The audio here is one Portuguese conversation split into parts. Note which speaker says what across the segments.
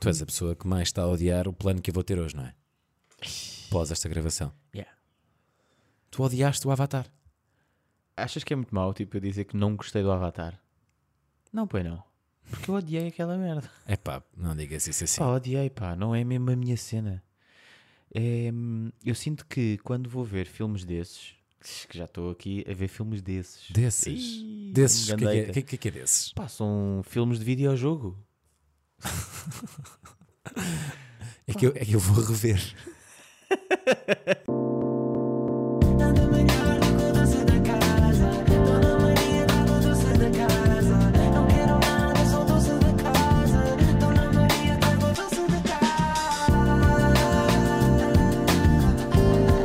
Speaker 1: Tu és a pessoa que mais está a odiar o plano que eu vou ter hoje, não é? Após esta gravação.
Speaker 2: Yeah.
Speaker 1: Tu odiaste o Avatar.
Speaker 2: Achas que é muito mau, tipo, eu dizer que não gostei do Avatar? Não, pois não. Porque eu odiei aquela merda.
Speaker 1: É pá, não digas isso assim.
Speaker 2: Pá, odiei, pá. Não é mesmo a minha cena. É, hum, eu sinto que quando vou ver filmes desses, que já estou aqui a ver filmes desses.
Speaker 1: Desses.
Speaker 2: Ih,
Speaker 1: desses. O
Speaker 2: grande
Speaker 1: que, é que é-
Speaker 2: hater.
Speaker 1: que, que é que é desses?
Speaker 2: Pá, são filmes de videojogo.
Speaker 1: É que, eu, é que eu vou rever.
Speaker 3: Ana Maria do doce da casa, Dona Maria do doce da casa. Não quero nada, sou doce da casa. Dona Maria do doce da casa.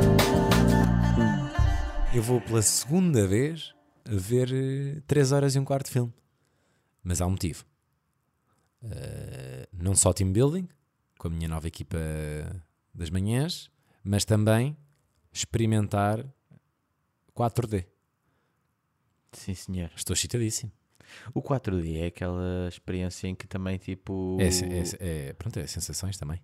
Speaker 1: Eu vou pela segunda vez a ver 3 horas e um quarto de filme. Mas há um motivo. Eh, não só team building, com a minha nova equipa das manhãs, mas também experimentar 4D.
Speaker 2: Sim, senhor.
Speaker 1: Estou excitadíssimo.
Speaker 2: O 4D é aquela experiência em que também, tipo.
Speaker 1: É, é- é- pronto, é sensações também.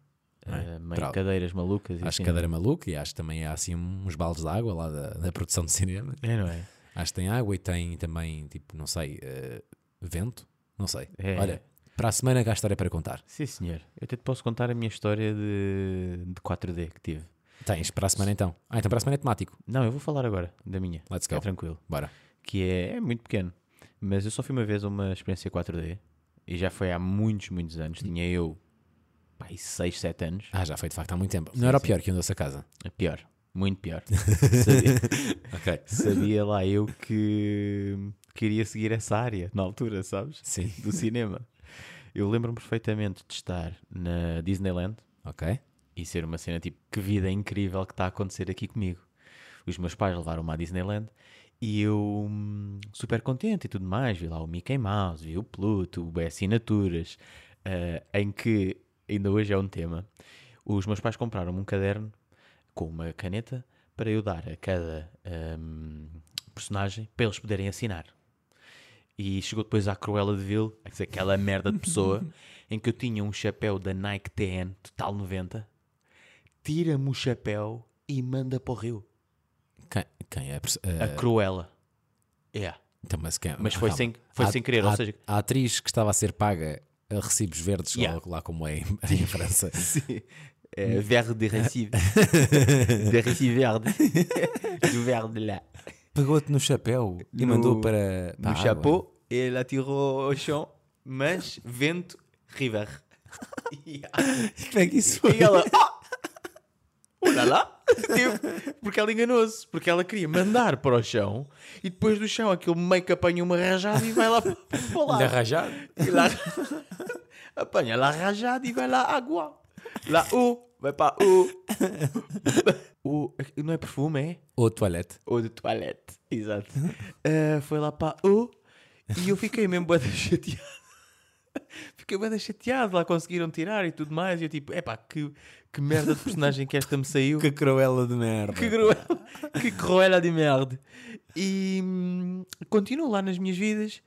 Speaker 1: não é?
Speaker 2: eh, meio
Speaker 1: Tra-
Speaker 2: cadeiras malucas. e
Speaker 1: Acho
Speaker 2: assim.
Speaker 1: cadeira maluca e acho que também há assim uns baldes de água lá da, da produção de cinema.
Speaker 2: É, não é?
Speaker 1: Acho que tem água e tem também, tipo, não sei, eh, vento? Não sei.
Speaker 2: É.
Speaker 1: Olha, para a semana cá a história para contar.
Speaker 2: Sim, senhor. Eu até te posso contar a minha história de, de 4D que tive.
Speaker 1: Tens, para a semana então. Ah, então para a semana é temático.
Speaker 2: Não, eu vou falar agora da minha.
Speaker 1: Let's
Speaker 2: É
Speaker 1: go.
Speaker 2: tranquilo.
Speaker 1: Bora.
Speaker 2: Que é, é muito pequeno. Mas eu só fui uma vez a uma experiência 4D e já foi há muitos, muitos anos. Tinha eu, pá, 6, 7 anos.
Speaker 1: Ah, já foi de facto há muito tempo. Não era o pior que andou-se a casa.
Speaker 2: É Pior. Muito pior. Sabia-
Speaker 1: Ok.
Speaker 2: sabia lá eu que queria seguir essa área na altura, sabes?
Speaker 1: Sim.
Speaker 2: Do cinema. Eu lembro-me perfeitamente de estar na Disneyland
Speaker 1: Ok.
Speaker 2: e ser uma cena tipo que vida incrível que está a acontecer aqui comigo. Os meus pais levaram-me à Disneyland e eu hum, super contente e tudo mais. Vi lá o Mickey Mouse, vi o Pluto, o Assinaturas, ah, em que ainda hoje é um tema. Os meus pais compraram-me um caderno com uma caneta para eu dar a cada hum, personagem para eles poderem assinar. E chegou depois à Cruella de Vil, aquela merda de pessoa, em que eu tinha um chapéu da Nike TN, total 90, tira-me o chapéu e manda para o rio.
Speaker 1: Quem, quem é a perso- eh,
Speaker 2: A Cruella. É.
Speaker 1: então, mas, quem,
Speaker 2: Ah, Mas foi
Speaker 1: calma.
Speaker 2: sem, foi
Speaker 1: A-
Speaker 2: sem querer,
Speaker 1: a,
Speaker 2: ou seja,
Speaker 1: A atriz que estava a ser paga a recibos verdes,
Speaker 2: Yeah.
Speaker 1: ou lá como é em, em França.
Speaker 2: Sim. É, verde de Recife. de Recife verde. Do verde lá.
Speaker 1: Pegou-te no chapéu e
Speaker 2: No-
Speaker 1: mandou para. para a
Speaker 2: No
Speaker 1: água.
Speaker 2: chapéu, ele atirou ao chão, mas vento, river.
Speaker 1: Como é que isso foi?
Speaker 2: E ela, ah! Olha lá! Teve- Porque ela enganou-se, porque ela queria mandar para o chão e depois do chão aquele meio que apanha uma rajada e vai lá para para o lado.
Speaker 1: Olha, rajado.
Speaker 2: E lá- apanha lá rajada e vai lá água. Lá o, vai para o. o. Não é perfume, é?
Speaker 1: Ou toalete.
Speaker 2: Ou de toilette. Exato. Ah, foi lá para o e eu fiquei mesmo bada chateado. Fiquei bada chateado, lá conseguiram tirar e tudo mais. E eu tipo, epá, que, que merda de personagem que esta me saiu.
Speaker 1: Que cruela de merda.
Speaker 2: Que cruel, que cruela de merda. E hum, continuo lá nas minhas vidas.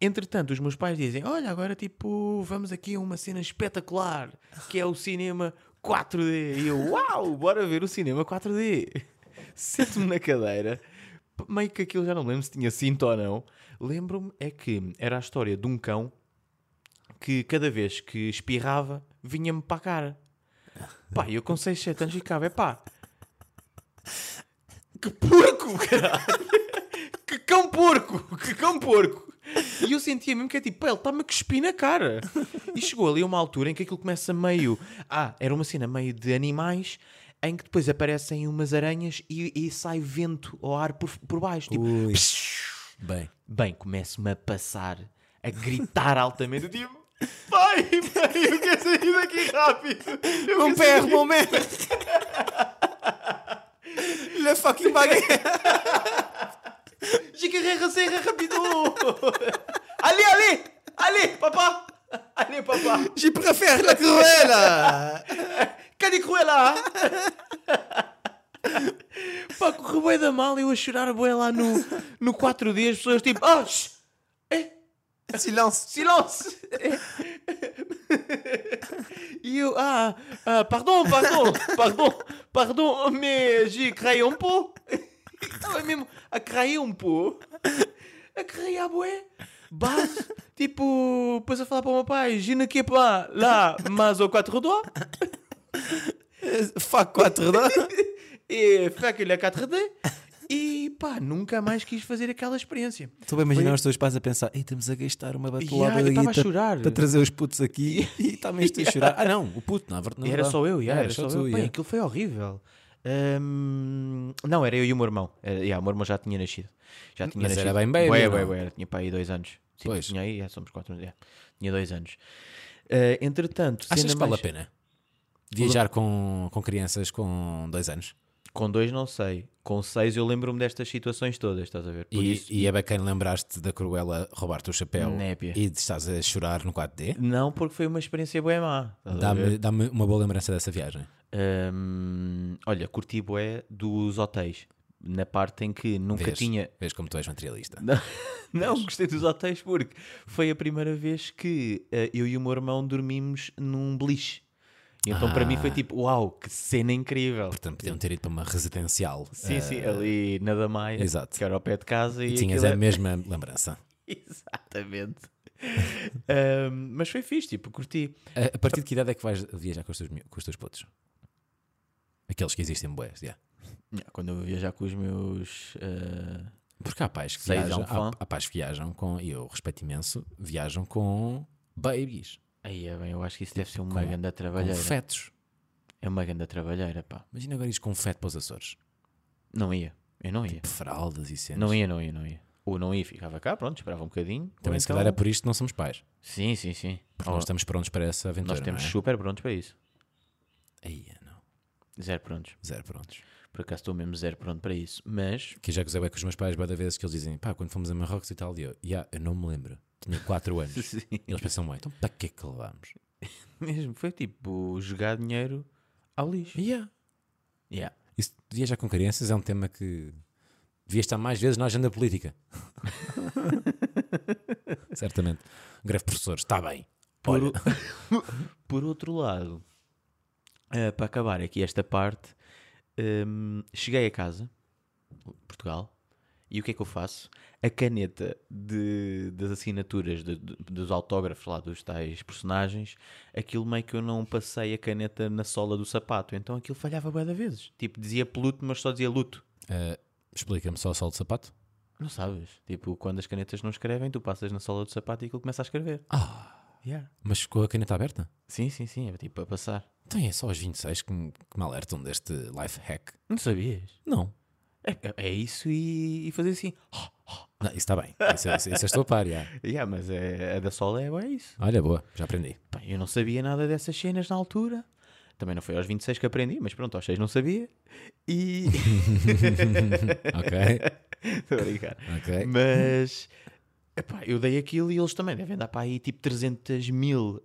Speaker 2: Entretanto, os meus pais dizem: Olha, agora tipo, vamos aqui a uma cena espetacular que é o cinema 4D. E eu, uau, bora ver o cinema 4D. Sento-me na cadeira, p- meio que aquilo já não lembro se tinha cinto ou não. Lembro-me é que era a história de um cão que cada vez que espirrava vinha-me para a cara. Pá, eu com 6, 7 anos ficava, é pá, que porco, caralho! que cão porco! Que cão porco! E eu sentia mesmo que é tipo, pá, ele está-me a cuspir na cara. E chegou ali a uma altura em que aquilo começa meio. Ah, era uma cena meio de animais em que depois aparecem umas aranhas e, e sai vento ao ar por, por baixo. Tipo,
Speaker 1: Ui. Bem.
Speaker 2: Bem, começo-me a passar, a gritar altamente. Eu Tipo, pai, pai, eu quero sair daqui rápido. Eu quero sair daqui."
Speaker 1: mon mère Le fucking baguette
Speaker 2: J'ai que receber rápido. allez, allez, allez, papa. Allez, papa.
Speaker 1: Je préfère la cruela
Speaker 2: Cadê Cruella? Pá, correu bué da mal eu a chorar bué lá no, no 4D. As pessoas tipo, ah, shh,
Speaker 1: Silence
Speaker 2: silêncio. E eu, ah, ah, pardon, pardon, pardon, pardon, mais j'ai créé um peu. Estava mesmo a crair um pouco. A criar, bué. ah Base, tipo, depois a falar para o meu pai, je ne quitte pas lá, mas o quatro doigts.
Speaker 1: Fá 4
Speaker 2: E fais-le a 4D. E pá, nunca mais quis fazer aquela experiência.
Speaker 1: Estou a imaginar os teus pais a pensar: Ei, estamos a gastar uma
Speaker 2: Yeah,
Speaker 1: batulada
Speaker 2: eu
Speaker 1: de
Speaker 2: estava a
Speaker 1: guita
Speaker 2: chorar.
Speaker 1: para trazer os putos aqui e também estou a chorar. Ah, não, o puto, na verdade. na
Speaker 2: Era
Speaker 1: verdade.
Speaker 2: só eu, yeah,
Speaker 1: Yeah,
Speaker 2: era só
Speaker 1: tu,
Speaker 2: eu. Bem,
Speaker 1: yeah.
Speaker 2: aquilo foi horrível. Ahm, não, era eu e o meu irmão. Era, yeah, o meu irmão já tinha nascido. Já tinha
Speaker 1: Mas
Speaker 2: nascido.
Speaker 1: era bem baby,
Speaker 2: Bué,
Speaker 1: ou
Speaker 2: bué,
Speaker 1: não?
Speaker 2: bué, era. Tinha para aí dois anos. Sim,
Speaker 1: Pois.
Speaker 2: Tinha aí, yeah, somos quatro anos. yeah. Tinha dois anos. Ah, entretanto,
Speaker 1: Achas
Speaker 2: sendo
Speaker 1: que vale a
Speaker 2: mais-
Speaker 1: pena viajar com, com crianças com 2 anos?
Speaker 2: com dois não sei. Com seis eu lembro-me destas situações todas, estás a ver? Por
Speaker 1: E,
Speaker 2: isso,
Speaker 1: e é bacana lembrar-te da Cruella roubar-te o chapéu
Speaker 2: Népia.
Speaker 1: e de estás a chorar no 4D.
Speaker 2: não porque foi uma experiência bem má. estás a
Speaker 1: Dá-me
Speaker 2: ver?
Speaker 1: dá-me uma boa lembrança dessa viagem.
Speaker 2: Ahm, olha, curti bué dos hotéis. Na parte em que nunca
Speaker 1: Vês,
Speaker 2: tinha.
Speaker 1: vês como tu és materialista.
Speaker 2: Não, não, gostei dos hotéis porque foi a primeira vez que eh, eu e o meu irmão dormimos num beliche. E então para mim foi tipo, uau, que cena incrível.
Speaker 1: Ah.
Speaker 2: Tipo,
Speaker 1: Portanto, podiam ter ido para uma residencial.
Speaker 2: sim,
Speaker 1: eh,
Speaker 2: sim, ali na Damaia,
Speaker 1: exato.
Speaker 2: que era ao pé de casa. E,
Speaker 1: e tinhas
Speaker 2: aquilo é-
Speaker 1: a mesma lembrança.
Speaker 2: era- Exatamente. Ahm, mas foi fixe, tipo, curti.
Speaker 1: A, a partir de que idade é que vais viajar com os teus, miú- com os teus putos? Aqueles que existem boés, yeah.
Speaker 2: Não, Ah, Quando eu viajar com os meus... eh,
Speaker 1: Porque há pais que
Speaker 2: Seis é
Speaker 1: viajam,
Speaker 2: um fã.
Speaker 1: há, há pais que viajam com, e eu respeito imenso, viajam com babies,
Speaker 2: Aí é bem, eu acho que isso deve ser uma
Speaker 1: Tipo, Com-
Speaker 2: grande
Speaker 1: com
Speaker 2: trabalheira.
Speaker 1: fetos.
Speaker 2: É uma grande trabalheira, pá.
Speaker 1: Imagina agora ires com um feto para os Açores.
Speaker 2: Não ia, eu não
Speaker 1: Tipo,
Speaker 2: ia.
Speaker 1: Fraldas e cenas.
Speaker 2: Não ia, não ia, não ia. Ou não ia, ficava cá, pronto, esperava um bocadinho. ou
Speaker 1: Também se
Speaker 2: então-
Speaker 1: calhar é por isto que não somos pais.
Speaker 2: Sim, sim, sim.
Speaker 1: Porque
Speaker 2: Ou-
Speaker 1: nós
Speaker 2: nós,
Speaker 1: estamos prontos para essa aventura.
Speaker 2: temos
Speaker 1: não é?
Speaker 2: super prontos para isso.
Speaker 1: Aí, é, não.
Speaker 2: Zero prontos.
Speaker 1: Zero prontos.
Speaker 2: Por acaso estou mesmo zero pronto para isso. Mas,
Speaker 1: Que eu já gozei bem com os meus pais, várias vezes que eles dizem, pá, quando fomos a Marrocos e tal, e eu, "Ya, eu não me lembro. Tinha 4 anos.
Speaker 2: Sim.
Speaker 1: E eles pensam, ué, então para que é que levámos?
Speaker 2: mesmo, foi tipo jogar dinheiro ao lixo.
Speaker 1: Yeah.
Speaker 2: Yeah.
Speaker 1: Isso de viajar com crianças é um tema que devia estar mais vezes na agenda política. Certamente. Greve de professores, está bem.
Speaker 2: Por,
Speaker 1: Olha,
Speaker 2: o- por outro lado, eh, para acabar aqui esta parte, hum, cheguei a casa, Portugal, e o que é que eu faço? A caneta de, das assinaturas, de- de- dos autógrafos lá dos tais personagens, aquilo meio que eu não passei a caneta na sola do sapato, então aquilo falhava bué da vezes. Tipo, dizia peluto, mas só dizia luto.
Speaker 1: eh, explica-me só o sol de sapato.
Speaker 2: Não sabes? Tipo, quando as canetas não escrevem, tu passas na sola do sapato e aquilo começa a escrever. Yeah.
Speaker 1: Ah, Mas com a caneta aberta?
Speaker 2: Sim, sim, sim, é tipo a passar.
Speaker 1: Então é só os 26 que me, que me alertam deste life hack.
Speaker 2: Não sabias?
Speaker 1: Não.
Speaker 2: É, é- é isso e, e fazer assim.
Speaker 1: Não, isso está bem. Isso, é, isso, isso eu estou a par, já.
Speaker 2: Yeah, mas é, a da Sol é, é isso.
Speaker 1: Olha, boa, já aprendi.
Speaker 2: Pá, eu não sabia nada dessas cenas na altura. Também não foi aos 26 que aprendi, mas pronto, aos 6 não sabia. E.
Speaker 1: Ok,
Speaker 2: Estou a brincar.
Speaker 1: ok.
Speaker 2: Mas. Epá, eu dei aquilo e eles também devem dar para aí tipo 300 mil,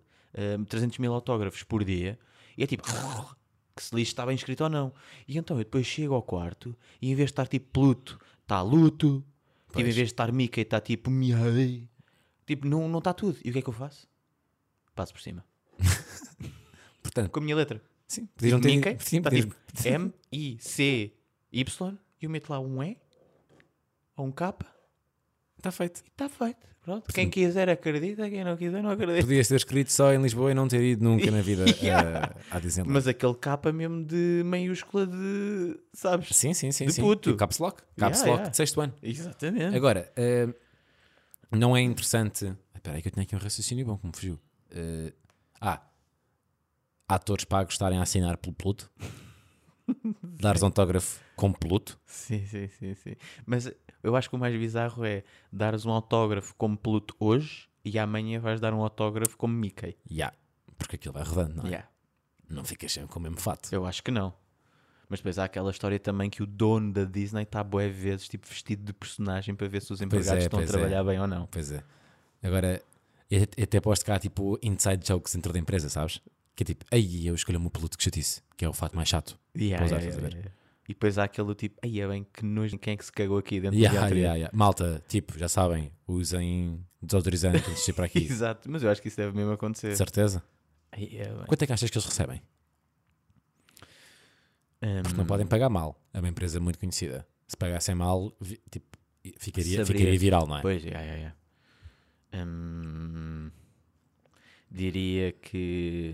Speaker 2: hum, 300 mil autógrafos por dia. E é tipo. Que se lixo estava inscrito ou não. E então eu depois chego ao quarto e em vez de estar tipo Pluto, está Luto. Tipo, em vez de estar Mickey, está tipo Miei. Tipo, não não está tudo. E o que é que eu faço? Passo por cima.
Speaker 1: Portanto,
Speaker 2: Com a minha letra.
Speaker 1: sim, podiam
Speaker 2: Tipo,
Speaker 1: ter.
Speaker 2: Mickey,
Speaker 1: sim,
Speaker 2: está
Speaker 1: podiam-
Speaker 2: tipo M-I-C-Y e eu meto lá um E ou um K
Speaker 1: Está Tá feito.
Speaker 2: Está feito. Pronto. Quem quiser acredita, quem não quiser não acredita.
Speaker 1: Podias ter escrito só em Lisboa e não ter ido nunca na vida eh,
Speaker 2: Yeah.
Speaker 1: a, a Disneyland.
Speaker 2: Mas aquele capa mesmo de maiúscula de. Sabes?
Speaker 1: Sim, sim, sim.
Speaker 2: De
Speaker 1: sim.
Speaker 2: puto.
Speaker 1: Tipo Caps Lock. Caps
Speaker 2: Yeah,
Speaker 1: Lock
Speaker 2: yeah.
Speaker 1: de sexto ano.
Speaker 2: Exatamente.
Speaker 1: Agora, eh, não é interessante. Espera aí, que eu tinha aqui um raciocínio bom que me fugiu. Eh, ah, atores pagos estarem a assinar pelo Pluto, dares autógrafo com Pluto.
Speaker 2: Sim, sim, sim, sim. Mas eu acho que o mais bizarro é dares um autógrafo como Pluto hoje e amanhã vais dar um autógrafo como Mickey.
Speaker 1: Yeah, porque aquilo vai rodando, não é?
Speaker 2: Yeah.
Speaker 1: Não ficas sempre com o mesmo fato.
Speaker 2: Eu acho que não. Mas depois há aquela história também que o dono da Disney está bué vezes tipo vestido de personagem para ver se os empregados
Speaker 1: é,
Speaker 2: estão a
Speaker 1: pois é.
Speaker 2: trabalhar bem ou não.
Speaker 1: Pois é. Agora, eu eu até aposto que há tipo inside jokes dentro da empresa, sabes? Que é tipo, aí eu escolho o meu Pluto que chatice, que é o fato mais chato.
Speaker 2: Yeah,
Speaker 1: Pois é,
Speaker 2: yeah,
Speaker 1: estás a ver.
Speaker 2: yeah. E depois há aquele tipo, aí é bem que nojo, quem é que se cagou aqui dentro
Speaker 1: Yeah,
Speaker 2: do teatro?
Speaker 1: yeah, yeah. Malta, tipo, já sabem, usem desodorizante antes de ir para aqui.
Speaker 2: Exato, mas eu acho que isso deve mesmo acontecer.
Speaker 1: De certeza.
Speaker 2: Ai, E, eh,
Speaker 1: Quanto é que achas que eles recebem?
Speaker 2: hum,
Speaker 1: Porque não podem pagar mal. É uma empresa muito conhecida. Se pagassem mal, vi- tipo, ficaria,
Speaker 2: Saberia.
Speaker 1: ficaria viral, não é?
Speaker 2: Pois, é, é, é. Hum, diria que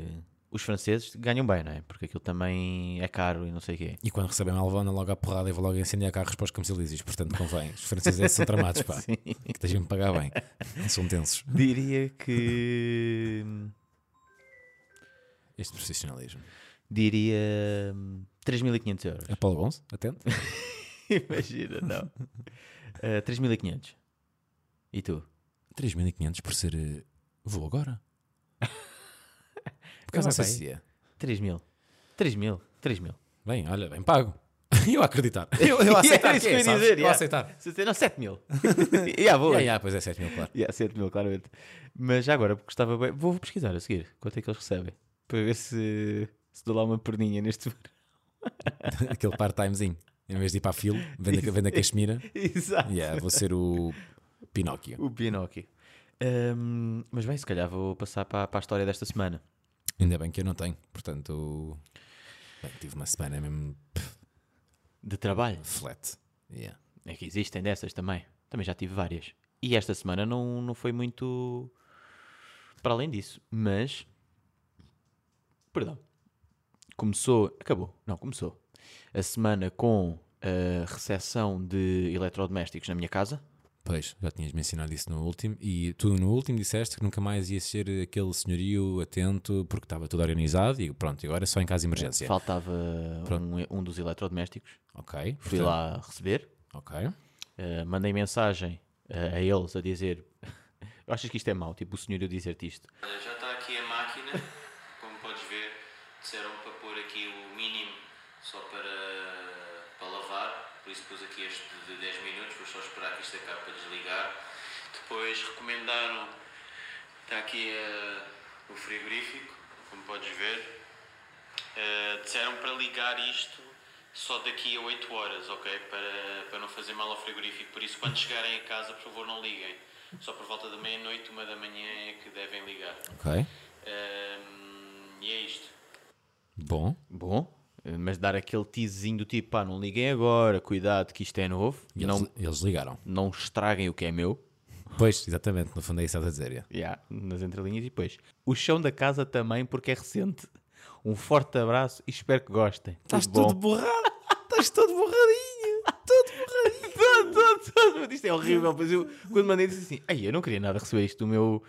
Speaker 2: os franceses ganham bem, não é? Porque aquilo também é caro e não sei o quê.
Speaker 1: E quando recebem mal, vão logo à porrada e vão logo incendiar carros para os camicilícios. Portanto, convém. Os franceses é que são tramados, pá.
Speaker 2: Sim.
Speaker 1: Que estejam a pagar bem. Não são tensos.
Speaker 2: Diria que.
Speaker 1: Este profissionalismo.
Speaker 2: Diria. hum, 3.500 euros.
Speaker 1: Apolo 11, atento.
Speaker 2: Imagina, não. Eh, 3.500. E tu?
Speaker 1: 3.500 por ser. eh, Vou agora. Por causa
Speaker 2: Eu não
Speaker 1: dessa
Speaker 2: sei.
Speaker 1: CIA.
Speaker 2: 3.000. 3.000. 3.000.
Speaker 1: Bem, olha, bem pago. Eu a acreditar. Eu, eu a aceitar.
Speaker 2: Era
Speaker 1: que
Speaker 2: isso
Speaker 1: é,
Speaker 2: que eu ia
Speaker 1: sabes?
Speaker 2: dizer,
Speaker 1: Eu a
Speaker 2: yeah.
Speaker 1: aceitar.
Speaker 2: Se- Não, 7.000. yeah, boa.
Speaker 1: Yeah, yeah, pois é, 7 mil, claro.
Speaker 2: Yeah, 7 mil, claramente. Mas já agora gostava bem. Vou pesquisar a seguir quanto é que eles recebem. Para ver se, se dou lá uma perninha neste verão.
Speaker 1: Aquele part-timezinho. Em vez de ir para a fila, vende, a- vende a cachemira.
Speaker 2: Exato.
Speaker 1: Yeah, vou ser o Pinóquio.
Speaker 2: O Pinóquio. Ahm, mas bem, se calhar vou passar para, para a história desta semana.
Speaker 1: Ainda bem que eu não tenho. Portanto, bem, tive uma semana mesmo
Speaker 2: De trabalho.
Speaker 1: flat. Yeah.
Speaker 2: É que existem dessas também. Também já tive várias. E esta semana não, não foi muito para além disso. Mas. Perdão. Começou. Acabou. Não, começou. A semana com a recepção de eletrodomésticos na minha casa.
Speaker 1: Pois, já tinhas mencionado isso no último. E tu no último disseste que nunca mais ia ser aquele senhorio atento porque estava tudo organizado e pronto, agora é só em caso de emergência.
Speaker 2: Faltava um, um dos eletrodomésticos.
Speaker 1: Ok.
Speaker 2: Fui
Speaker 1: portanto,
Speaker 2: lá receber.
Speaker 1: Ok.
Speaker 2: eh, mandei mensagem eh, a eles a dizer. Achas que isto é mau? Tipo, o senhor eu dizer-te isto.
Speaker 4: Olha, já está aqui a máquina, como podes ver, disseram para pôr aqui o mínimo só para, para lavar, por isso pus aqui este de 10 minutos, vou só esperar que isto acabe para desligar. Depois recomendaram, está aqui eh, o frigorífico, como podes ver, eh, disseram para ligar isto só daqui a 8 horas, ok? Para, para não fazer mal ao frigorífico. Por isso, quando chegarem a casa, por favor, não liguem. Só por volta da meia-noite, uma da manhã é que devem ligar.
Speaker 1: Ok.
Speaker 4: Ehm, e é isto.
Speaker 1: Bom.
Speaker 2: Bom, eh, mas dar aquele teasinho do tipo, pá, não liguem agora, cuidado que isto é novo,
Speaker 1: E eles,
Speaker 2: não,
Speaker 1: eles ligaram.
Speaker 2: não estraguem o que é meu.
Speaker 1: Pois, exatamente, no fundo é isso que estás a dizer. yeah.
Speaker 2: Yeah, nas entrelinhas e depois. O chão da casa também, porque é recente. Um forte abraço e espero que gostem.
Speaker 1: Estás
Speaker 2: Tudo bom.
Speaker 1: todo borrado. Estás todo borradinho. Todo borradinho.
Speaker 2: Todo, todo, todo. Isto é horrível. Pois eu, quando mandei, disse assim, ai, eu não queria nada receber isto do meu...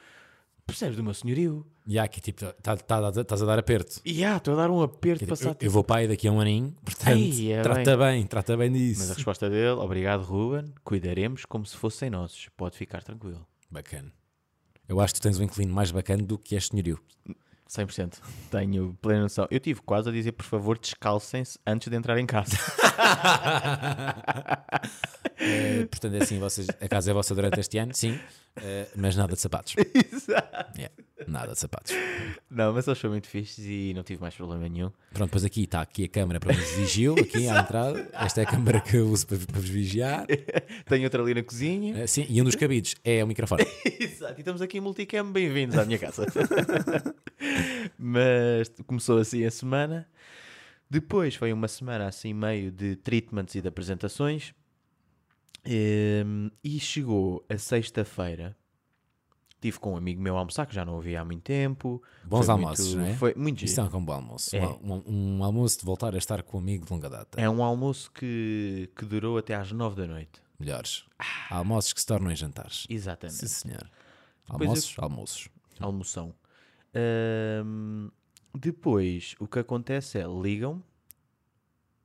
Speaker 2: Percebes? Do meu senhorio.
Speaker 1: E há aqui, tipo, tá- tá- tá- estás a dar aperto.
Speaker 2: E ah, estou a dar um aperto
Speaker 1: Quer dizer,
Speaker 2: passado.
Speaker 1: eu, eu vou pai daqui a um aninho, portanto,
Speaker 2: Ai, é
Speaker 1: trata bem. trata bem disso.
Speaker 2: Mas a resposta dele, obrigado Ruben, cuidaremos como se fossem nossos. Pode ficar tranquilo.
Speaker 1: Bacana. Eu acho que tu tens um inclino mais bacana do que este senhorio.
Speaker 2: 100%. Tenho plena noção. Eu tive quase a dizer, por favor, descalcem-se antes de entrar em casa.
Speaker 1: Eh, portanto, é assim, vocês, a casa é vossa durante este ano, sim, eh, mas nada de sapatos.
Speaker 2: Exato.
Speaker 1: Yeah, nada de sapatos.
Speaker 2: Não, mas eles foram muito fixes e não tive mais problema nenhum.
Speaker 1: Pronto, pois aqui está aqui a câmara para vos vigiar, aqui à entrada. Esta é a câmara que eu uso para, para vos vigiar.
Speaker 2: Tenho outra ali na cozinha.
Speaker 1: Eh, sim, e um dos cabidos é o microfone.
Speaker 2: Exato. E estamos aqui em multicam. Bem-vindos à minha casa. mas começou assim a semana. Depois foi uma semana assim meio de treatments e de apresentações. Ehm, E chegou a sexta-feira. Tive com um amigo meu a almoçar, que já não o via há muito tempo.
Speaker 1: Bons
Speaker 2: Foi
Speaker 1: almoços,
Speaker 2: muito-
Speaker 1: não é?
Speaker 2: Foi muito
Speaker 1: Isto é
Speaker 2: giro.
Speaker 1: um bom almoço. Um
Speaker 2: É.
Speaker 1: al- Um, um almoço de voltar a estar com um amigo de longa data.
Speaker 2: É um almoço que, que durou até às nove da noite.
Speaker 1: Melhores. Há almoços que se tornam em jantares.
Speaker 2: Exatamente.
Speaker 1: Sim, senhor.
Speaker 2: eu-
Speaker 1: Almoços, almoços.
Speaker 2: Almoção. Ahm, depois, o que acontece é, ligam-me,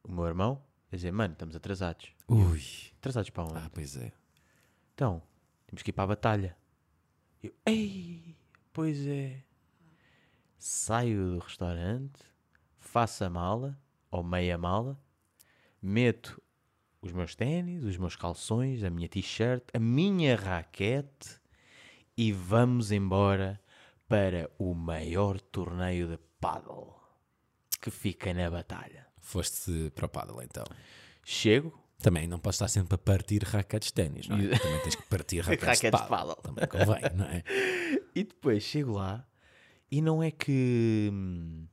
Speaker 2: o meu irmão, a dizer, mano, estamos atrasados.
Speaker 1: Ui.
Speaker 2: Atrasados para onde?
Speaker 1: Ah, pois é.
Speaker 2: Então, temos que ir para a batalha. Eu, ei, pois é. Saio do restaurante, faço a mala, ou meia mala, meto os meus ténis, os meus calções, a minha t-shirt, a minha raquete e vamos embora para o maior torneio de paddle que fica na batalha.
Speaker 1: Foste para o paddle então.
Speaker 2: Chego,
Speaker 1: Também não podes estar sempre a partir raquetes de ténis, não é? Também tens que partir raquetes,
Speaker 2: Raquetes de
Speaker 1: de paddle.
Speaker 2: paddle.
Speaker 1: Também convém, não é?
Speaker 2: E depois chego lá E não é que. hum,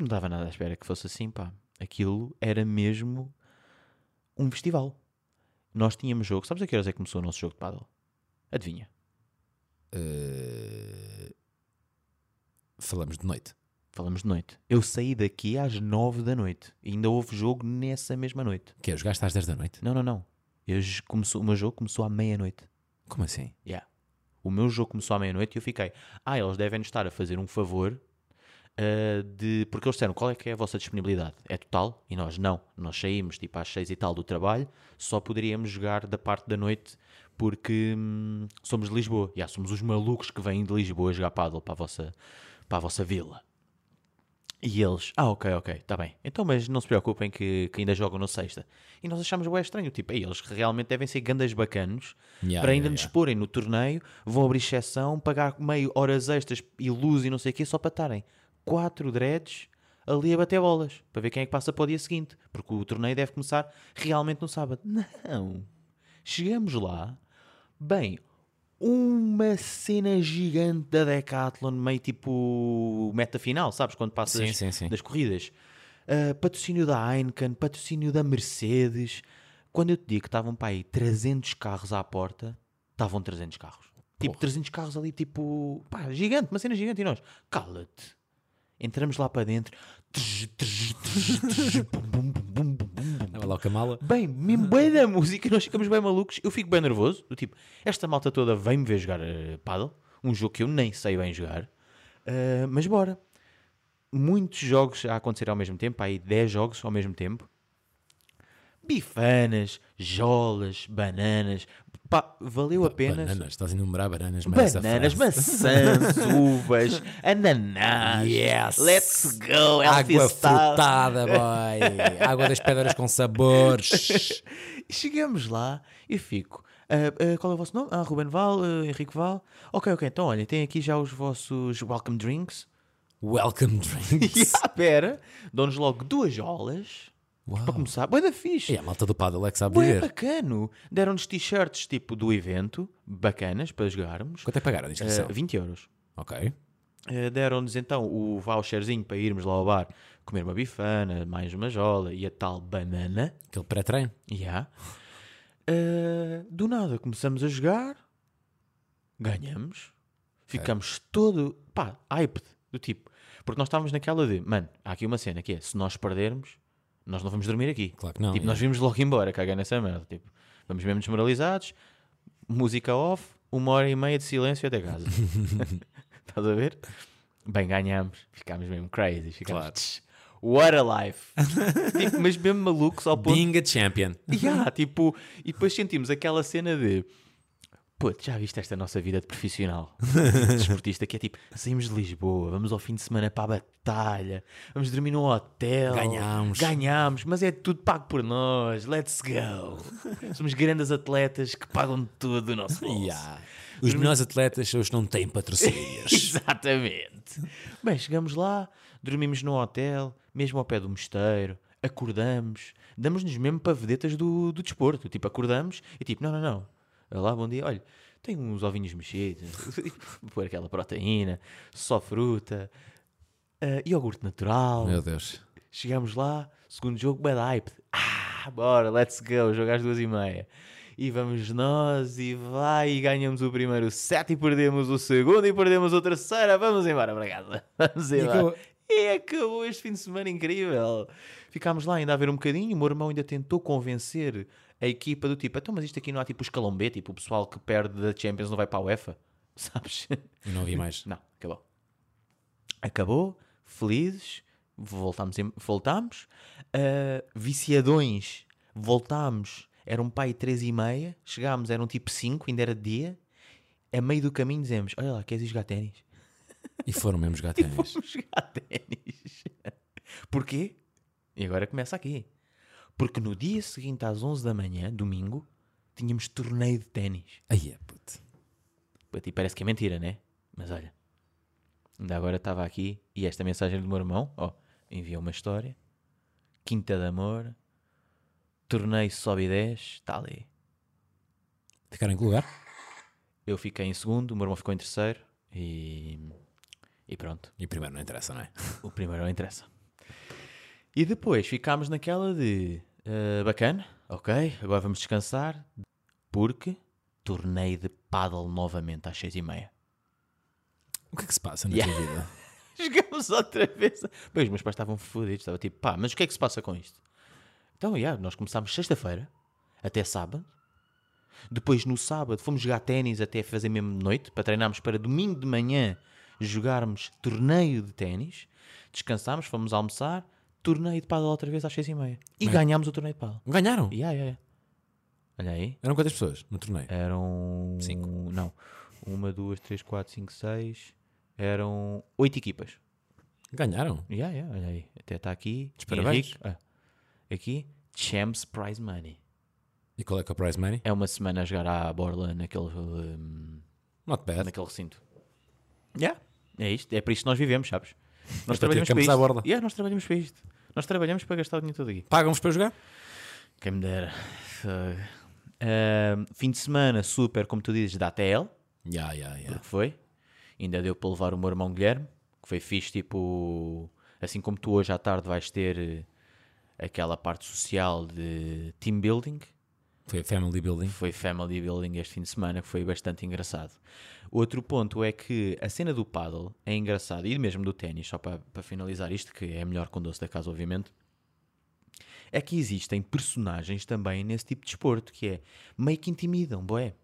Speaker 2: Não dava nada à espera que fosse assim, pá. Aquilo era mesmo um festival. Nós tínhamos jogo. Sabes a que horas é que começou o nosso jogo de paddle? Adivinha.
Speaker 1: Eh, Falamos de noite.
Speaker 2: Falamos de noite. Eu saí daqui às nove da noite. E ainda houve jogo nessa mesma noite.
Speaker 1: Que é, jogaste às 10 da noite?
Speaker 2: Não, não, não. Eu j- começou, o meu jogo começou à meia-noite.
Speaker 1: Como assim?
Speaker 2: Yeah. O meu jogo começou à meia-noite e eu fiquei. Ah, eles devem nos estar a fazer um favor. ah, de... Porque eles disseram qual é que é a vossa disponibilidade? É total? E nós não. Nós saímos tipo às seis e tal do trabalho, só poderíamos jogar da parte da noite porque hum, somos de Lisboa. Yeah, somos os malucos que vêm de Lisboa jogar paddle para a vossa, para a vossa vila. E eles, ah, ok, ok, está bem. Então, mas não se preocupem que, que ainda jogam na sexta. E nós achámos bem estranho, tipo, "Ei, eles realmente devem ser gandas bacanos
Speaker 1: Yeah, yeah,
Speaker 2: para ainda
Speaker 1: yeah.
Speaker 2: nos exporem no torneio, vão abrir exceção, pagar meio horas extras e luz e não sei o quê, só para estarem quatro dreads ali a bater bolas, para ver quem é que passa para o dia seguinte, porque o torneio deve começar realmente no sábado. Não! Chegamos lá, bem, uma cena gigante da Decathlon, meio tipo meta final, sabes? Quando passas
Speaker 1: Sim, sim, sim.
Speaker 2: das corridas. Ah, patrocínio da Heineken, patrocínio da Mercedes. Quando eu te digo que estavam para aí 300 carros à porta, estavam 300 carros. Tipo, 300 carros ali, tipo, pá, gigante, uma cena gigante. E nós, cala-te. Entramos lá para dentro. Trz, trz, trz, trz, bum, bum, bum, bum, bum, bum, bum.
Speaker 1: Estava lá o Kamala.
Speaker 2: Bem,
Speaker 1: Ah.
Speaker 2: mesmo bem da música, nós ficamos bem malucos. Eu fico bem nervoso. Do tipo, esta malta toda vem-me ver jogar eh, paddle, um jogo que eu nem sei bem jogar. Ah, mas bora. Muitos jogos a acontecer ao mesmo tempo, há aí 10 jogos ao mesmo tempo. Bifanas, jolas, bananas. Pá, valeu a pena.
Speaker 1: Bananas, estás a enumerar bananas, mas essa
Speaker 2: Bananas,
Speaker 1: frase-
Speaker 2: maçãs, uvas, ananás.
Speaker 1: Yes.
Speaker 2: Let's go,
Speaker 1: Água
Speaker 2: healthy style.
Speaker 1: frutada, boy. Água das pedras com sabores.
Speaker 2: Chegamos lá e fico. "Ah, ah, qual é o vosso nome? Ah, Ruben Val, ah, Henrique Val. Ok, ok, então olhem, tem aqui já os vossos welcome drinks.
Speaker 1: Welcome
Speaker 2: E
Speaker 1: drinks.
Speaker 2: à pera, dão-nos logo duas jolas. Para
Speaker 1: Uau.
Speaker 2: começar, boa da fixe.
Speaker 1: E a malta do paddle é que sabe
Speaker 2: Bué
Speaker 1: beber.
Speaker 2: bacano. Deram-nos t-shirts tipo do evento, bacanas para jogarmos.
Speaker 1: Quanto é que pagaram a
Speaker 2: Ah,
Speaker 1: inscrição?
Speaker 2: 20 euros.
Speaker 1: Ok.
Speaker 2: Eh, deram-nos então o voucherzinho para irmos lá ao bar comer uma bifana, mais uma jola e a tal banana.
Speaker 1: Aquele pré-treino.
Speaker 2: Yeah. Eh, do nada começamos a jogar, ganhamos, ficamos todo pá, hyped do tipo. Porque nós estávamos naquela de, mano, há aqui uma cena que é: se nós perdermos, nós não vamos dormir aqui.
Speaker 1: Claro que não. é?
Speaker 2: tipo, nós vimos logo embora, cagar nessa merda. Tipo, vamos mesmo desmoralizados, música off, uma hora e meia de silêncio até casa. Estás a ver? Bem, ganhámos, ficámos mesmo crazy, ficámos.
Speaker 1: Claro.
Speaker 2: "Tch, What a life! tipo, mas mesmo malucos ao ponto
Speaker 1: Being a champion.
Speaker 2: Yeah, tipo, e depois sentimos aquela cena de pô, já viste esta nossa vida de profissional de desportista que é tipo, saímos de Lisboa, vamos ao fim de semana para a batalha, vamos dormir num hotel,
Speaker 1: Ganhámos.
Speaker 2: ganhámos, mas é tudo pago por nós, let's go. Somos grandes atletas que pagam tudo do nosso bolso.
Speaker 1: Yeah. Os melhores atletas são os que não têm patrocínios.
Speaker 2: Exatamente. Bem, chegamos lá, dormimos num hotel, mesmo ao pé do mosteiro, acordamos, damos-nos mesmo para vedetas do, do desporto. Tipo, acordamos e tipo, não, não, não. Olá, bom dia. Olha, tenho uns ovinhos mexidos, pôr aquela proteína, só fruta, ah, iogurte natural.
Speaker 1: Meu Deus.
Speaker 2: Chegámos lá, segundo jogo, bad hype. Ah, bora, let's go, jogo às duas e meia. E vamos nós, e vai, e ganhamos o primeiro set, e perdemos o segundo, e perdemos o terceiro. Vamos embora para casa. Vamos embora. E
Speaker 1: acabou.
Speaker 2: acabou. este fim de semana incrível. Ficámos lá ainda a ver um bocadinho, o meu irmão ainda tentou convencer a equipa do tipo, então, mas isto aqui não há tipo o escalão B, tipo o pessoal que perde da Champions não vai para a UEFA, sabes?
Speaker 1: Eu não vi mais.
Speaker 2: Não, acabou. Acabou, felizes, voltámos. em- voltámos ah, viciadões, voltámos. Era um pai três e meia, chegámos, eram tipo 5, ainda era de dia. A meio do caminho dizemos, olha lá, queres ir jogar ténis?
Speaker 1: E foram mesmo jogar ténis.
Speaker 2: Vamos jogar ténis. Porquê? E agora começa aqui. Porque no dia seguinte, às 11 da manhã, domingo, tínhamos torneio de ténis.
Speaker 1: Aí é puto.
Speaker 2: Para ti parece que é mentira, né? Mas olha, ainda agora estava aqui e esta mensagem do meu irmão, ó, enviou uma história. Quinta de amor, torneio sobe e desce, está ali.
Speaker 1: Ficaram em que lugar?
Speaker 2: Eu fiquei em segundo, o meu irmão ficou em terceiro, E, e pronto,
Speaker 1: E primeiro não interessa, não é?
Speaker 2: o primeiro não interessa. E depois ficámos naquela de eh, bacana, ok, agora vamos descansar, porque tornei de paddle novamente às seis e meia.
Speaker 1: O que é que se passa na
Speaker 2: Yeah.
Speaker 1: tua vida?
Speaker 2: Chegamos outra vez. Pois, os meus pais estavam fodidos. Estava tipo, pá, mas o que é que se passa com isto? Então, yeah, nós começámos sexta-feira até sábado. Depois, no sábado, fomos jogar ténis até fazer mesmo noite para treinarmos para domingo de manhã jogarmos torneio de ténis. Descansámos, fomos almoçar. Torneio de paddle outra vez às seis e meia. E ganhámos o torneio de paddle.
Speaker 1: Ganharam?
Speaker 2: Yeah, yeah, yeah. Olha aí.
Speaker 1: Eram quantas pessoas no
Speaker 2: É.
Speaker 1: torneio?
Speaker 2: Eram.
Speaker 1: Cinco.
Speaker 2: Não. Uma, duas, três, quatro, cinco, seis. Eram oito equipas.
Speaker 1: Ganharam?
Speaker 2: Yeah, yeah, olha aí. Até está aqui.
Speaker 1: parabéns.
Speaker 2: Henrique, ah, aqui, Champs Prize Money.
Speaker 1: E qual é que é o prize money?
Speaker 2: É uma semana a jogar à borla naquele, hum,
Speaker 1: Not bad.
Speaker 2: naquele recinto. Yeah, é isto. É para isto que nós vivemos, sabes? Nós
Speaker 1: É para ter campos
Speaker 2: isto.
Speaker 1: à borla.
Speaker 2: Yeah, nós trabalhamos para isto. Nós trabalhamos para gastar o dinheiro todo aqui.
Speaker 1: Pagam-vos para jogar?
Speaker 2: Quem me dera. Ah, fim de semana, super, como tu dizes, da ATL.
Speaker 1: Ya, ya, ya.
Speaker 2: que foi. Ainda deu para levar o meu irmão Guilherme, que foi fixe, tipo, assim como tu hoje à tarde vais ter eh, aquela parte social de team building,
Speaker 1: Foi family building.
Speaker 2: foi family building este fim de semana, que foi bastante engraçado. Outro ponto é que a cena do paddle é engraçada, e mesmo do ténis, só para, para finalizar isto, que é a melhor com doce da casa, obviamente, é que existem personagens também nesse tipo de desporto, que é meio que intimidam, boé.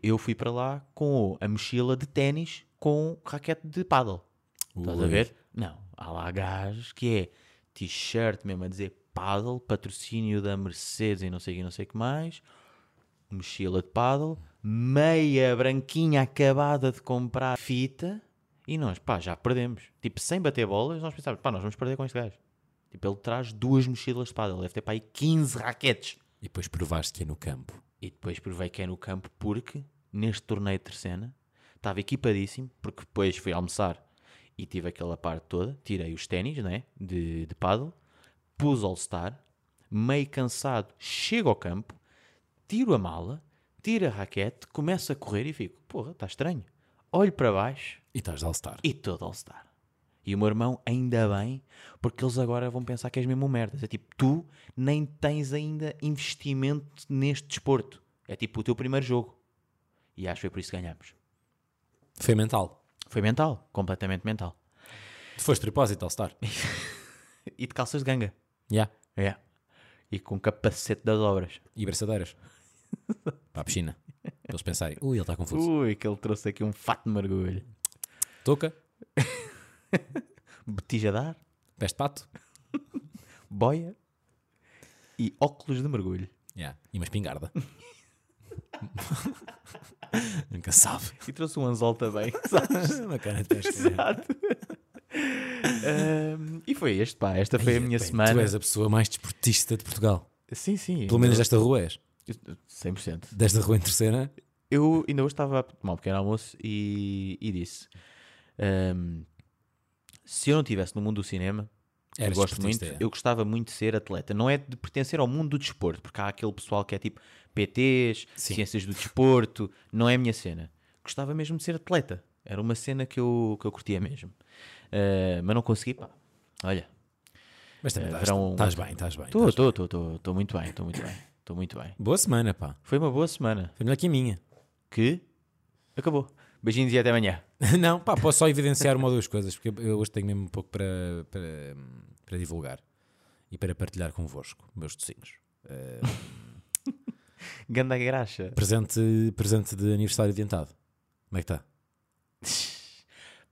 Speaker 2: Eu fui para lá com a mochila de ténis com raquete de paddle. Estás a
Speaker 1: Ui.
Speaker 2: ver? Não, há lá gajos que é t-shirt mesmo a dizer paddle, patrocínio da Mercedes e não sei o que, não sei o que mais, mochila de paddle, meia branquinha acabada de comprar fita e nós, pá, já perdemos. Tipo, sem bater bolas, nós pensávamos, pá, nós vamos perder com este gajo. Tipo, ele traz duas mochilas de paddle, deve ter para aí 15 raquetes.
Speaker 1: E depois provaste que é no campo.
Speaker 2: E depois provei que é no campo porque neste torneio de terceira estava equipadíssimo, porque depois fui almoçar e tive aquela parte toda, tirei os ténis né, de, de paddle, pus All-Star, meio cansado, chego ao campo, tiro a mala, tiro a raquete, começo a correr e fico, porra, está estranho. Olho para baixo
Speaker 1: E estás de all-star.
Speaker 2: e todo All-Star. E o meu irmão, ainda bem, porque eles agora vão pensar que és mesmo um merda. É tipo, tu nem tens ainda investimento neste desporto. É tipo o teu primeiro jogo. E acho que foi por isso que ganhámos.
Speaker 1: Foi mental.
Speaker 2: Foi mental, completamente mental.
Speaker 1: Tu foste de propósito all-star.
Speaker 2: E de calças de ganga.
Speaker 1: Ya.
Speaker 2: É. E com capacete das obras.
Speaker 1: E braçadeiras. para a piscina. Para eles pensarem. Ui, ele está confuso.
Speaker 2: Ui, que ele trouxe aqui um fato de mergulho. Uh.
Speaker 1: Touca.
Speaker 2: Botija de ar,
Speaker 1: Pés de pato.
Speaker 2: boia e óculos de mergulho.
Speaker 1: Ya. E uma espingarda. Nunca se sabe.
Speaker 2: E trouxe um anzol também, sabes?
Speaker 1: Uma cana de peste.
Speaker 2: Exato. Ahm, e foi este, pá. Esta foi a minha
Speaker 1: Bem,
Speaker 2: semana.
Speaker 1: Tu és a pessoa mais desportista de Portugal.
Speaker 2: Sim, sim.
Speaker 1: Pelo menos desta rua és.
Speaker 2: 100%.
Speaker 1: Desta rua em terceira.
Speaker 2: Eu ainda hoje estava a tomar um pequeno almoço e, e disse: ahm, se eu não estivesse no mundo do cinema, eu
Speaker 1: Eras
Speaker 2: gosto muito,
Speaker 1: desportista, é.
Speaker 2: eu gostava muito de ser atleta. Não é de pertencer ao mundo do desporto, porque há aquele pessoal que é tipo PTs,
Speaker 1: Sim.
Speaker 2: ciências do desporto, não é a minha cena. Gostava mesmo de ser atleta. Era uma cena que eu, que eu curtia mesmo. Ah, mas não consegui, pá. Olha,
Speaker 1: é. Mas também
Speaker 2: Eh,
Speaker 1: estás,
Speaker 2: verão-
Speaker 1: estás bem, estás bem.
Speaker 2: Estou,
Speaker 1: estás-
Speaker 2: estou, estou, estou muito bem, estou muito bem, estou muito bem.
Speaker 1: Boa semana, pá.
Speaker 2: Foi uma boa semana
Speaker 1: Foi melhor que a minha.
Speaker 2: que acabou. Beijinhos e até amanhã.
Speaker 1: Não, pá, posso só evidenciar uma ou duas coisas, porque eu hoje tenho mesmo um pouco para, para, para divulgar e para partilhar convosco, meus docinhos.
Speaker 2: Ganda graxa.
Speaker 1: Presente, presente de aniversário adiantado. Como é que está?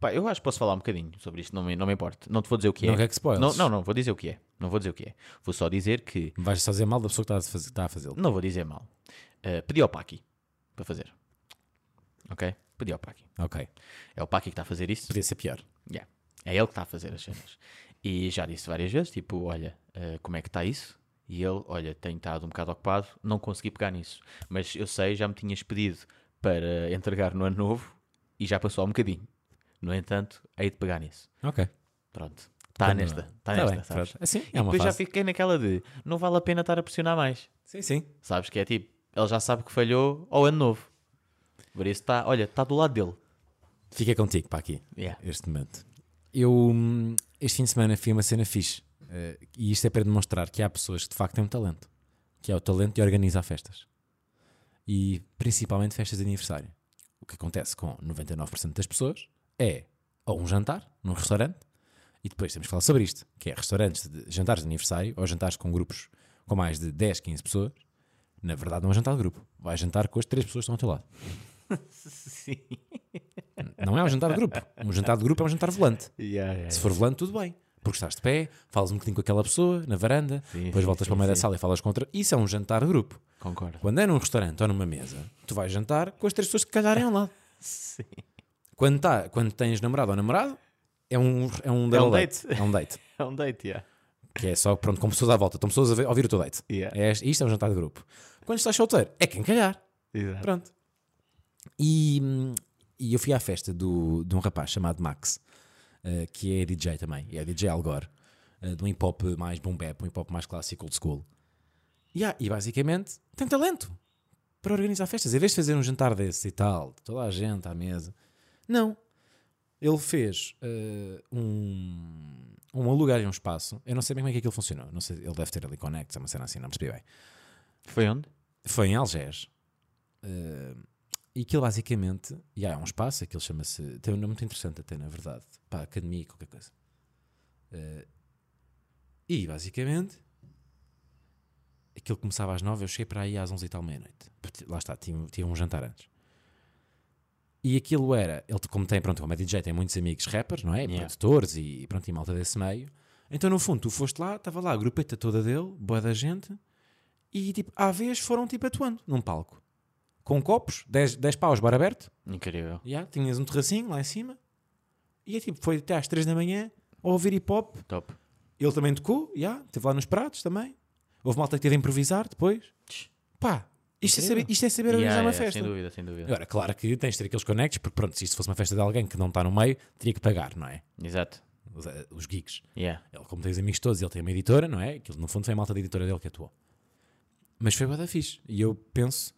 Speaker 2: Pá, eu acho que posso falar um bocadinho sobre isto, não me, não me importa. Não te vou dizer o que é.
Speaker 1: Não quer que spoilers.
Speaker 2: Não, não, não, vou dizer o que é. Não vou dizer o que é. Vou só dizer que
Speaker 1: Vais só dizer mal da pessoa que está a faz- está a fazê-lo.
Speaker 2: não vou dizer mal. Eh, pedi ao Paki para fazer. Ok? Pedi ao Paki.
Speaker 1: Ok.
Speaker 2: É o Paki que está a fazer isso?
Speaker 1: Podia ser pior.
Speaker 2: Yeah. É ele que está a fazer as cenas. E já disse várias vezes, tipo, olha, eh, como é que está isso? E ele, olha, tenho estado um bocado ocupado, não consegui pegar nisso. Mas eu sei, já me tinhas pedido para entregar no ano novo e já passou há um bocadinho. No entanto, hei de pegar nisso.
Speaker 1: Ok.
Speaker 2: Pronto. Está
Speaker 1: Quando-
Speaker 2: nesta. Está
Speaker 1: Tá
Speaker 2: nesta,
Speaker 1: bem,
Speaker 2: sabes?
Speaker 1: pronto. Assim,
Speaker 2: E
Speaker 1: é uma
Speaker 2: depois
Speaker 1: fase.
Speaker 2: já fiquei naquela de, não vale a pena estar a pressionar mais.
Speaker 1: Sim, sim.
Speaker 2: Sabes que é tá, tipo, ele já sabe que falhou ao ano novo. Por isso está, olha, está do lado dele.
Speaker 1: Fica contigo para aqui,
Speaker 2: Yeah.
Speaker 1: este momento. Eu, hum, este fim de semana, fui a uma cena fixe. eh, e isto é para demonstrar que há pessoas que de facto têm um talento. Que é o talento de organizar festas. E principalmente festas de aniversário. O que acontece com 99% das pessoas é ou um jantar num restaurante. E depois temos que falar sobre isto, que é restaurantes, de, jantares de aniversário ou jantares com grupos com mais de 10, 15 pessoas. Na verdade, não é jantar de grupo. Vai jantar com as três pessoas que estão ao teu lado.
Speaker 2: Sim.
Speaker 1: Não é um jantar de grupo. Um jantar de grupo é um jantar volante.
Speaker 2: Yeah, yeah,
Speaker 1: Se for volante, tudo bem. Porque estás de pé, falas um bocadinho com aquela pessoa na varanda,
Speaker 2: Sim,
Speaker 1: depois
Speaker 2: sim,
Speaker 1: voltas
Speaker 2: sim,
Speaker 1: para o meio da
Speaker 2: sim.
Speaker 1: sala e falas com outra. Isso é um jantar de grupo.
Speaker 2: Concordo.
Speaker 1: Quando é num restaurante ou numa mesa, tu vais jantar com as três pessoas que calharem ao lado.
Speaker 2: Sim.
Speaker 1: Quando, tá, quando tens namorado ou namorado, é um, é um,
Speaker 2: É um
Speaker 1: date.
Speaker 2: date.
Speaker 1: É um date.
Speaker 2: É um date, yeah.
Speaker 1: Que é só, pronto, com pessoas à volta. Estão pessoas a, ver- a ouvir o teu date.
Speaker 2: Yeah.
Speaker 1: É, isto é um jantar de grupo. Quando estás solteiro, é quem calhar.
Speaker 2: Exato.
Speaker 1: Pronto. E, hum, e eu fui à festa do, de um rapaz chamado Max, eh, que é DJ também, é DJ Algor, de um hip hop mais boom bap, um hip hop mais clássico old school. E, há- e basicamente tem talento para organizar festas. Em vez de fazer um jantar desse e tal, de toda a gente à mesa, não. Ele fez eh, um, um alugar um espaço. Eu não sei bem como é que aquilo funcionou. Não sei, ele deve ter ali connects, é uma cena assim, não percebi bem.
Speaker 2: Foi onde?
Speaker 1: Foi em Algés. Eh, e aquilo basicamente. E há um espaço, aquilo chama-se. Tem um nome muito interessante, até na verdade. Para academia, qualquer coisa. Eh, e basicamente. Aquilo começava às nove eu cheguei para aí às onze e tal, meia-noite. Porque Lá está, tinha, tinha um jantar antes. E aquilo era. Ele, como tem, pronto, como é DJ, tem muitos amigos rappers, não é?
Speaker 2: Yeah.
Speaker 1: Produtores e, pronto, e malta desse meio. Então, no fundo, tu foste lá, estava lá a grupeta toda dele, boa da gente. E tipo, à vez foram tipo atuando num palco. Com copos, 10, 10 paus, bar aberto.
Speaker 2: Incrível.
Speaker 1: já tinhas um terracinho lá em cima. E é tipo, foi até às 3 da manhã a ouvir hip hop.
Speaker 2: Top.
Speaker 1: Ele também tocou, já, esteve lá nos pratos também. Houve malta que teve a improvisar depois. Pá, isto é
Speaker 2: Incrível.
Speaker 1: saber, isto é saber organizar uma festa.
Speaker 2: Sem dúvida, sem dúvida.
Speaker 1: Agora, claro que tens de ter aqueles conectos, porque pronto, se isto fosse uma festa de alguém que não está no meio, teria que pagar, não é?
Speaker 2: Exato.
Speaker 1: Os, eh, os geeks.
Speaker 2: Yeah.
Speaker 1: Ele, como tem os amigos todos, ele tem uma editora, não é? Aquilo, no fundo, foi a malta da editora dele que atuou. Mas foi bué da fixe. E eu penso,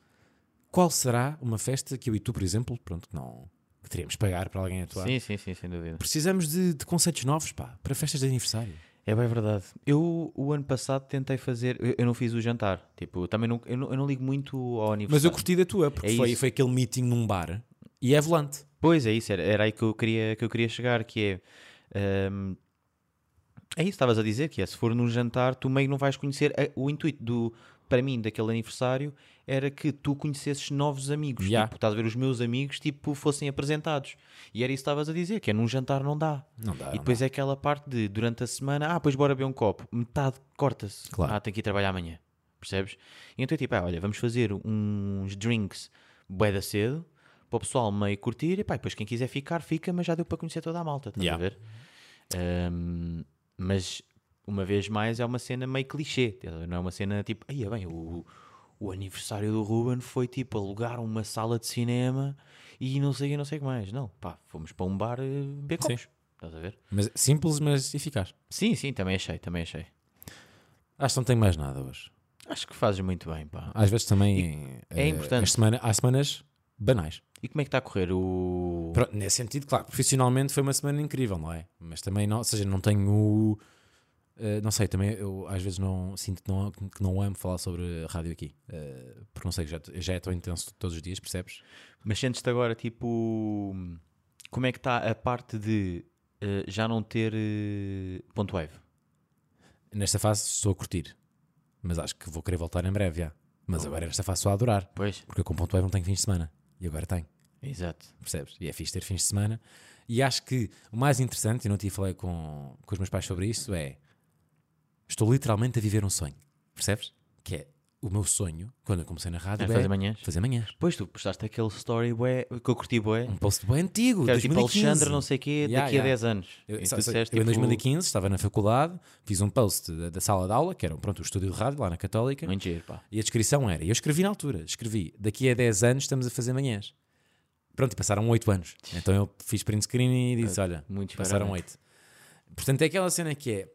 Speaker 1: qual será uma festa que eu e tu, por exemplo, pronto, que não... Que teríamos de pagar para alguém atuar.
Speaker 2: Sim, sim, sim, sem dúvida.
Speaker 1: Precisamos de, de conceitos novos, pá, para festas de aniversário.
Speaker 2: É bem verdade. Eu, o ano passado, tentei fazer. Eu, eu não fiz o jantar. Tipo, também não, eu, não, eu não ligo muito ao aniversário.
Speaker 1: Mas eu curti da tua, porque
Speaker 2: É
Speaker 1: foi,
Speaker 2: isso.
Speaker 1: foi aquele meeting num bar e é volante.
Speaker 2: Pois é, isso. Era, era aí que eu, queria, que eu queria chegar. Que é. hum, é isso que estavas a dizer. Que é se for num jantar, tu meio que não vais conhecer. É, O intuito do. Para mim, daquele aniversário, era que tu conhecesses novos amigos.
Speaker 1: Yeah.
Speaker 2: Tipo, estás a ver os meus amigos, tipo, fossem apresentados. E era isso que estavas a dizer, que é num jantar não dá.
Speaker 1: Não dá,
Speaker 2: E depois é aquela parte de durante a semana, ah, pois bora beber um copo, metade corta-se.
Speaker 1: Claro.
Speaker 2: Ah, tenho que ir trabalhar amanhã. Percebes? E então é tipo, ah, olha, vamos fazer uns drinks bué da cedo para o pessoal meio curtir e pá, depois quem quiser ficar, fica, mas já deu para conhecer toda a malta, estás
Speaker 1: Yeah.
Speaker 2: a ver? Ahm, mas uma vez mais é uma cena meio clichê, estás a ver? não é uma cena tipo, aí bem, o, o aniversário do Ruben foi tipo alugar uma sala de cinema e não sei, eu não sei o que mais. Não, pá, fomos para um bar eh, beber
Speaker 1: Sim.
Speaker 2: copos, estás a ver?
Speaker 1: Mas, simples, mas eficaz.
Speaker 2: Sim, sim, também achei, também achei.
Speaker 1: Acho que não tenho mais nada hoje.
Speaker 2: Acho que fazes muito bem, pá.
Speaker 1: Às vezes também...
Speaker 2: é
Speaker 1: eh,
Speaker 2: importante.
Speaker 1: as semana- há semanas banais.
Speaker 2: E como é que está a correr o.
Speaker 1: Pronto, nesse sentido, claro, profissionalmente foi uma semana incrível, não é? Mas também, não, ou seja, não tenho. eh, não sei, também eu às vezes não sinto que não, que não amo falar sobre a rádio aqui. eh, porque não sei, já, já é tão intenso todos os dias, percebes?
Speaker 2: Mas sentes-te agora, tipo. Como é que está a parte de eh, já não ter eh, ponto wave?
Speaker 1: Nesta fase estou a curtir, mas acho que vou querer voltar em breve, já. Mas agora nesta fase estou a adorar,
Speaker 2: Pois.
Speaker 1: porque eu com ponto web não tenho fins de semana. E agora tenho.
Speaker 2: Exato.
Speaker 1: percebes? E é fixe ter fins de semana. E acho que o mais interessante, e não te falei com, com os meus pais sobre isso, é estou literalmente a viver um sonho, percebes? Que é o meu sonho, quando eu comecei na rádio,
Speaker 2: Era
Speaker 1: é
Speaker 2: fazer manhãs?
Speaker 1: Fazer manhãs.
Speaker 2: Pois tu postaste aquele story bué, que eu curti bué,
Speaker 1: Um post bem antigo,
Speaker 2: que era
Speaker 1: 2015.
Speaker 2: tipo Alexandre, não sei o quê,
Speaker 1: Yeah,
Speaker 2: daqui
Speaker 1: yeah.
Speaker 2: a 10 anos.
Speaker 1: Eu,
Speaker 2: E
Speaker 1: sa-
Speaker 2: tu
Speaker 1: sa-
Speaker 2: disseste,
Speaker 1: eu em
Speaker 2: tipo,
Speaker 1: 2015 estava na faculdade, fiz um post da, da sala de aula, que era pronto, o estúdio de rádio lá na Católica,
Speaker 2: Muito giro, pá.
Speaker 1: e a descrição era, e eu escrevi na altura, escrevi, daqui a 10 anos estamos a fazer manhãs. Pronto, e passaram 8 anos. Então eu fiz print screen e
Speaker 2: Ah,
Speaker 1: disse, olha,
Speaker 2: muitos
Speaker 1: passaram
Speaker 2: parabéns.
Speaker 1: 8. Portanto, é aquela cena que é,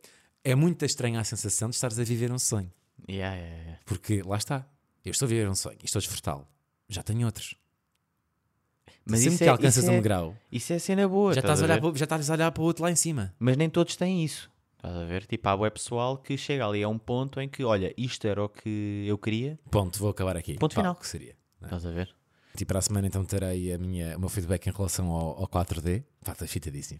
Speaker 1: é muito estranha a sensação de estares a viver um sonho.
Speaker 2: Yeah, yeah, yeah.
Speaker 1: Porque lá está, eu estou a viver um sonho, e estou a desfrutá-lo. Já tenho outros.
Speaker 2: Mas
Speaker 1: sempre
Speaker 2: isso
Speaker 1: que
Speaker 2: é-
Speaker 1: alcanças
Speaker 2: isso é-
Speaker 1: um grau,
Speaker 2: Isso é cena boa.
Speaker 1: já estás,
Speaker 2: estás
Speaker 1: a
Speaker 2: a
Speaker 1: olhar
Speaker 2: ver?
Speaker 1: para, o- já estás a olhar para o outro lá em cima.
Speaker 2: Mas nem todos têm isso. Estás a ver? Tipo, há web pessoal que chega ali a um ponto em que, olha, isto era o que eu queria.
Speaker 1: Ponto, vou acabar aqui.
Speaker 2: Ponto
Speaker 1: Pá,
Speaker 2: final.
Speaker 1: que seria. não é?
Speaker 2: Estás a ver?
Speaker 1: Tipo, para a semana então terei a minha, o meu feedback em relação ao, ao 4D. Pá, estás chitadíssimo.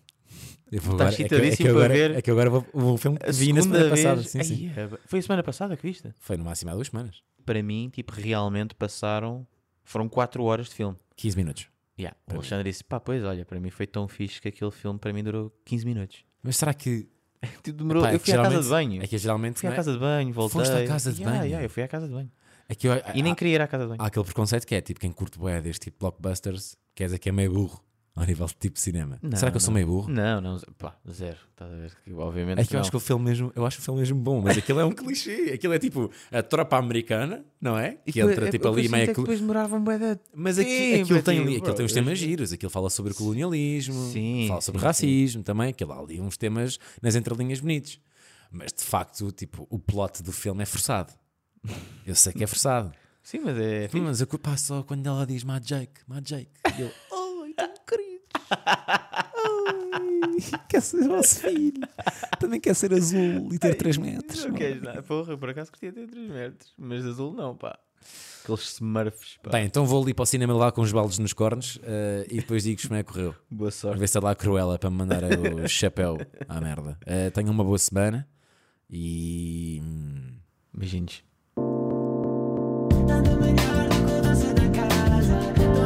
Speaker 1: Eu vou
Speaker 2: Estás
Speaker 1: é que- é que
Speaker 2: chitadíssimo
Speaker 1: eu
Speaker 2: Tá para
Speaker 1: agora,
Speaker 2: ver
Speaker 1: É que eu agora vou, vou um filme que vi na
Speaker 2: segunda
Speaker 1: semana passada.
Speaker 2: vez-
Speaker 1: Sim, sim.
Speaker 2: Ai, é, Foi a semana passada que viste?
Speaker 1: Foi no máximo há duas semanas.
Speaker 2: Para mim, tipo, realmente passaram. Foram 4 horas de filme.
Speaker 1: 15 minutos.
Speaker 2: Yeah. O Alexandre disse: pá, pois olha, para mim foi tão fixe que aquele filme para mim durou 15 minutos.
Speaker 1: Mas será que.
Speaker 2: Tipo, demorou.
Speaker 1: Pá, é
Speaker 2: eu
Speaker 1: que
Speaker 2: fui à casa de
Speaker 1: geralmente-
Speaker 2: banho.
Speaker 1: É que geralmente.
Speaker 2: Fui à
Speaker 1: não é?
Speaker 2: casa de banho, voltei.
Speaker 1: Foste à casa de
Speaker 2: Yeah,
Speaker 1: banho?
Speaker 2: yeah, eu fui à casa de banho.
Speaker 1: É que eu-
Speaker 2: E nem
Speaker 1: há-
Speaker 2: queria ir à casa de banho.
Speaker 1: há aquele preconceito que é tipo quem curte boé deste tipo de blockbusters quer dizer que é meio burro ao nível de tipo de cinema.
Speaker 2: Não,
Speaker 1: Será que eu sou
Speaker 2: não.
Speaker 1: meio burro?
Speaker 2: Não, não, pá, zero. Estás a ver? Que, Obviamente.
Speaker 1: É que eu
Speaker 2: não.
Speaker 1: acho que o filme mesmo, eu acho o filme mesmo bom, mas aquilo é um clichê. Aquilo é tipo a tropa americana, não é? Que entra tipo ali meio. clu-
Speaker 2: depois um moravam bem da.
Speaker 1: Mas aqui,
Speaker 2: é
Speaker 1: aquilo,
Speaker 2: Sim, mas
Speaker 1: tem,
Speaker 2: tipo,
Speaker 1: ali- aquilo tem
Speaker 2: bro,
Speaker 1: uns temas giros, aquilo fala sobre o colonialismo,
Speaker 2: Sim,
Speaker 1: fala sobre
Speaker 2: sim,
Speaker 1: racismo também, aquilo há ali uns temas nas entrelinhas bonitos. Mas de facto, tipo, o plot do filme é forçado. Eu sei que é forçado.
Speaker 2: Sim, mas é.
Speaker 1: Hum, Mas eu culpa só quando ela diz Mad Jake, Mad Jake. E eu, oh, então querido. Ai, quer ser nosso filho. Também quer ser azul e ter 3 metros.
Speaker 2: Não queres nada. Porra, eu por acaso curtia ter 3 metros, mas azul não, pá. Aqueles smurfs, pá.
Speaker 1: Bem, então vou ali para o cinema lá com os baldes nos cornos eh, e depois digo-vos como é que correu.
Speaker 2: Boa
Speaker 1: A
Speaker 2: sorte.
Speaker 1: ver se é lá a Cruella para me mandar o chapéu à merda. Eh, tenham uma boa semana e. hum,
Speaker 2: Beijinhos.
Speaker 3: Nada melhor do que o doce da casa.